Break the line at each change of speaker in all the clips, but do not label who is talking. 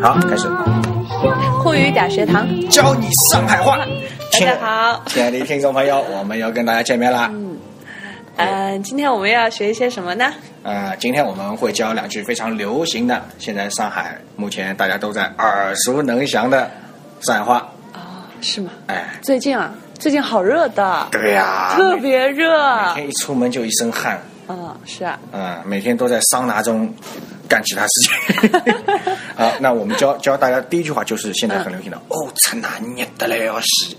好，开始
沪语讲学堂，
教你上海话。
大家好，
亲爱的听众朋友，我们又跟大家见面啦。
呃，今天我们要学一些什么呢？
呃，今天我们会教两句非常流行的，现在上海目前大家都在耳熟能详的上海话。
啊、是吗？
哎，
最近啊，最近好热的，
对呀、
特别热。
每天一出门就一身汗，
嗯，是啊，
嗯、每天都在桑拿中干其他事 情。好，那我们教教大家第一句话就是现在很流行的“
嗯
哦，真呐，热得来要死”，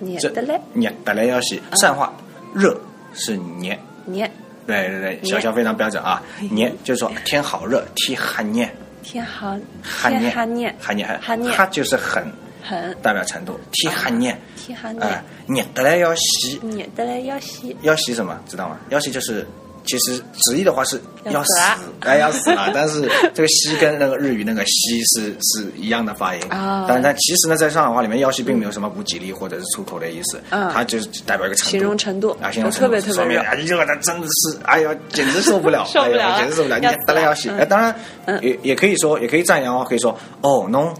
你
这
的嘞，
热得来要死。
嗯
上海话热是热。
你
对对对，
捏
小肖非常标准啊！捏就是说天好热，天哈捏，
天寒，
哈
天
捏，
哈念，
哈捏，
哈捏
哈哎就是很，
很
代表程度，天哈捏，
天寒
哎
念，，
捏得来要洗，
你的嘞要洗，
要洗什么知道吗？要洗就是，其实直译的话是
要
要
死
死
啊，
哎要死了，但是这个西跟那个日语那个西是是一样的发音
啊
但但其实呢，在上海话里面，要洗并没有什么不吉利或者是出口的意思，
嗯
它就是代表一个程度，
形容程度
啊，形容程
特别特别
说明
热
啊，热的真的是，哎呦，简直受不了，
受不了
哎呦简直受不了，你
要死了
当然要洗。
嗯
哎，当然
嗯
也也可以说，也可以赞扬哦，可以说哦，侬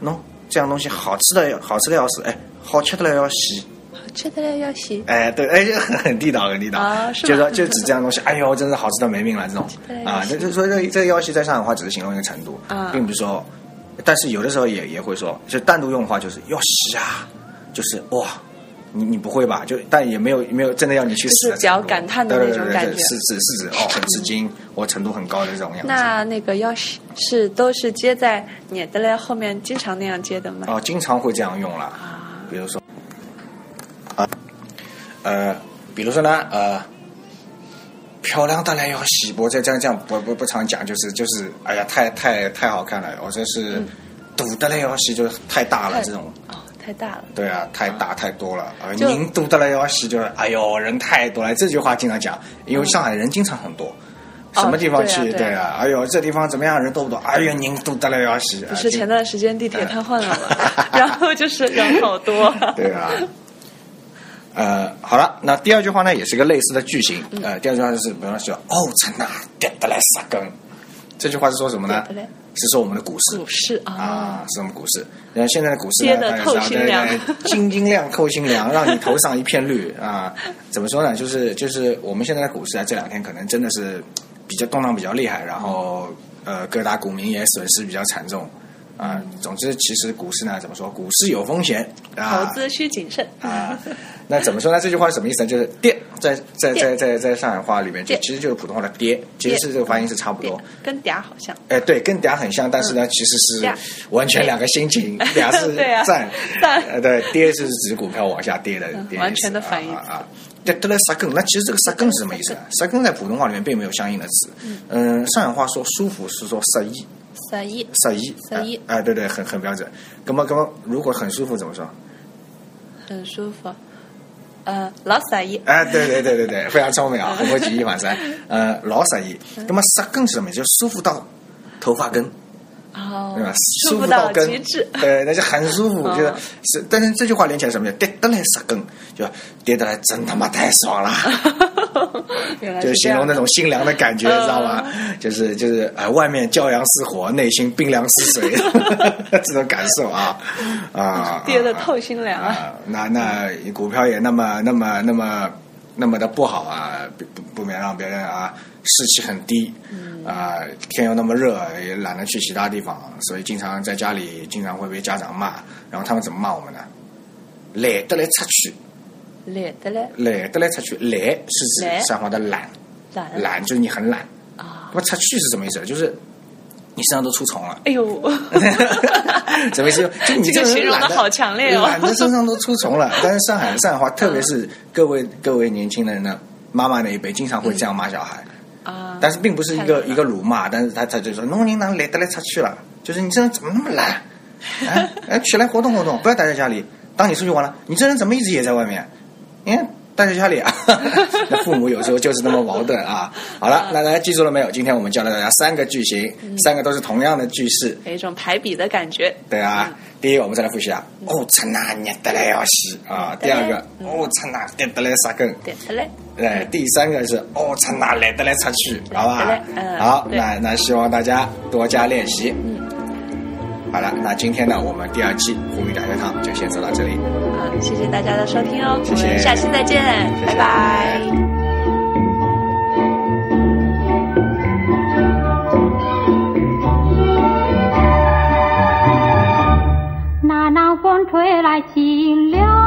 侬这样东西好吃的好吃的要死，哎，好吃的了要洗。
这的哦嘞要洗，
哎，对，哎， 就很很地道，很地道，
啊是
就
吗
说就指这样东西，哎呦，真是好吃到没命了，这种
对
啊，
是
这就说这这个要挟在上海话只是形容一个程度，
啊
并不是说，但是有的时候也也会说，就单独用的话就是要挟啊，就是哇。你你不会吧？就但也没有没有真的要你去死的程度，
就是比较感叹的
对
那
对
种
对
感
对
觉
是是是指哦，很吃惊，我程度很高的这种样子。
那那个要洗是都是接在你的嘞后面，经常那样接的吗？
哦，经常会这样用了，比如说，啊，呃，比如说呢，呃，漂亮的来要洗，我这这样这样不不不常讲，就是就是，哎呀，太太太好看了，我这是堵的来要洗，就是太大了
嗯太
这种。
哦，太大了，
对啊，太大太多了。呃，
就
您堵的来要洗，就是哎呦，人太多了。这句话经常讲，因为上海人经常很多，
嗯哦
什么地方
对啊
去？
对啊
对啊，哎呦，这地方怎么样？人多不多？哎呦，您堵的来要洗。
不
啊
是
经
前段时间地铁瘫痪了吗？ 然后就是人好多。
对啊。呃，好了，那第二句话呢，也是个类似的句型。
嗯
呃，第二句话就是，比方说，哦，真呐，跌得来杀根。这句话是说什么呢
跌得来？
是说我们的股市
股市啊，
啊，是我们股市。然后现在的股市
跌
呢，
得
大家
透
知道
心
对
凉
对对晶晶亮透心凉，让你头上一片绿啊。怎么说呢？就是就是我们现在的股市啊，这两天可能真的是比较动荡比较厉害，然后
嗯
呃，各大股民也损失比较惨重。啊，总之，其实股市呢，怎么说？股市有风险啊，
投资需谨慎。
啊， 那怎么说呢？这句话是什么意思呢？就是“跌”在在在在在上海话里面，就
跌
其实就是普通话的“跌”，其实是这个发音是差不多。
跟嗲好像，
哎，对，跟“嗲”很像，但是呢，其实
嗯嗲
是完全两个心情。
对
嗲是
对啊
赞，
赞
呃，对，跌是指股票往下跌的
嗯，
跌
完全的反义
思啊啊。啊跌得来杀根，那其实这个杀根是什么意思呢？杀根在普通话里面并没有相应的词。嗯，上海话说舒服是说杀意，
三一
杀意，
杀意
哎，哎对对，很很标准。那么，那么如果很舒服怎么说？
很舒服。呃，老三一
哎，对对对对对，非常聪明啊，很会举一反三。呃，老色一，那么色根是什么？就舒服到头发根，
哦
对吧？，
舒
舒
服
服
到
根
极致，。
对，那就很舒服，
嗯
就是是。但是这句话连起来什么叫跌得来色根，就跌得来真他妈太爽了，
原来
就是是
这
形容
样
那种心凉的感觉，
嗯
知道吗？就是就是哎，外面骄阳似火，内心冰凉似水， 这种感受啊啊，
跌得
啊
透心凉啊！
啊，那那股票也那么那么那么那么的不好啊，不不不免让别人啊士气很低，啊、天又那么热，也懒得去其他地方，所以经常在家里经常会被家长骂，然后他们怎么骂我们呢？懒得来出去，
累的嘞，
懒得来出去，懒是
懒嗯
指上海的懒，
懒
懒就是你很懒。
啊！
那么出去是什么意思？就是你身上都出虫了。
哎呦，
怎么意思？就你
这个
人
形容得
懒得
好强烈哦
懒得身上都出虫了。但是上海上海话，特别是各位各位年轻人呢，妈妈那一辈经常会这样骂小孩，
啊，
但是并不是一个
太懒了
一个辱骂，但是他他就说弄你哪懒得来出去了，就是你这人怎么那么懒？ 哎哎，起来活动活动，不要待在家里。当你出去玩了，你这人怎么一直也在外面？嗯，待在家里啊。 那父母有时候就是那么矛盾啊。好了，那大家记住了没有？今天我们教了大家三个句型，三个都是同样的句式。
有一种排比的感觉。
对啊，第一个我们再来复习啊，
嗯
哦，擦那捏得来要洗啊。第二个，哦，擦那跌得来杀根。
对的嘞，
哎，
嗯
第三个是哦，擦那来得来擦去，好吧
来得来？嗯
好，
对
那那希望大家多加练习。
嗯，
好了，那今天呢，我们第二期沪语大学堂就先走到这里。
嗯，谢谢大家的收听哦，
谢谢
我们下期再见，
谢谢
拜拜。
那南风吹来清凉。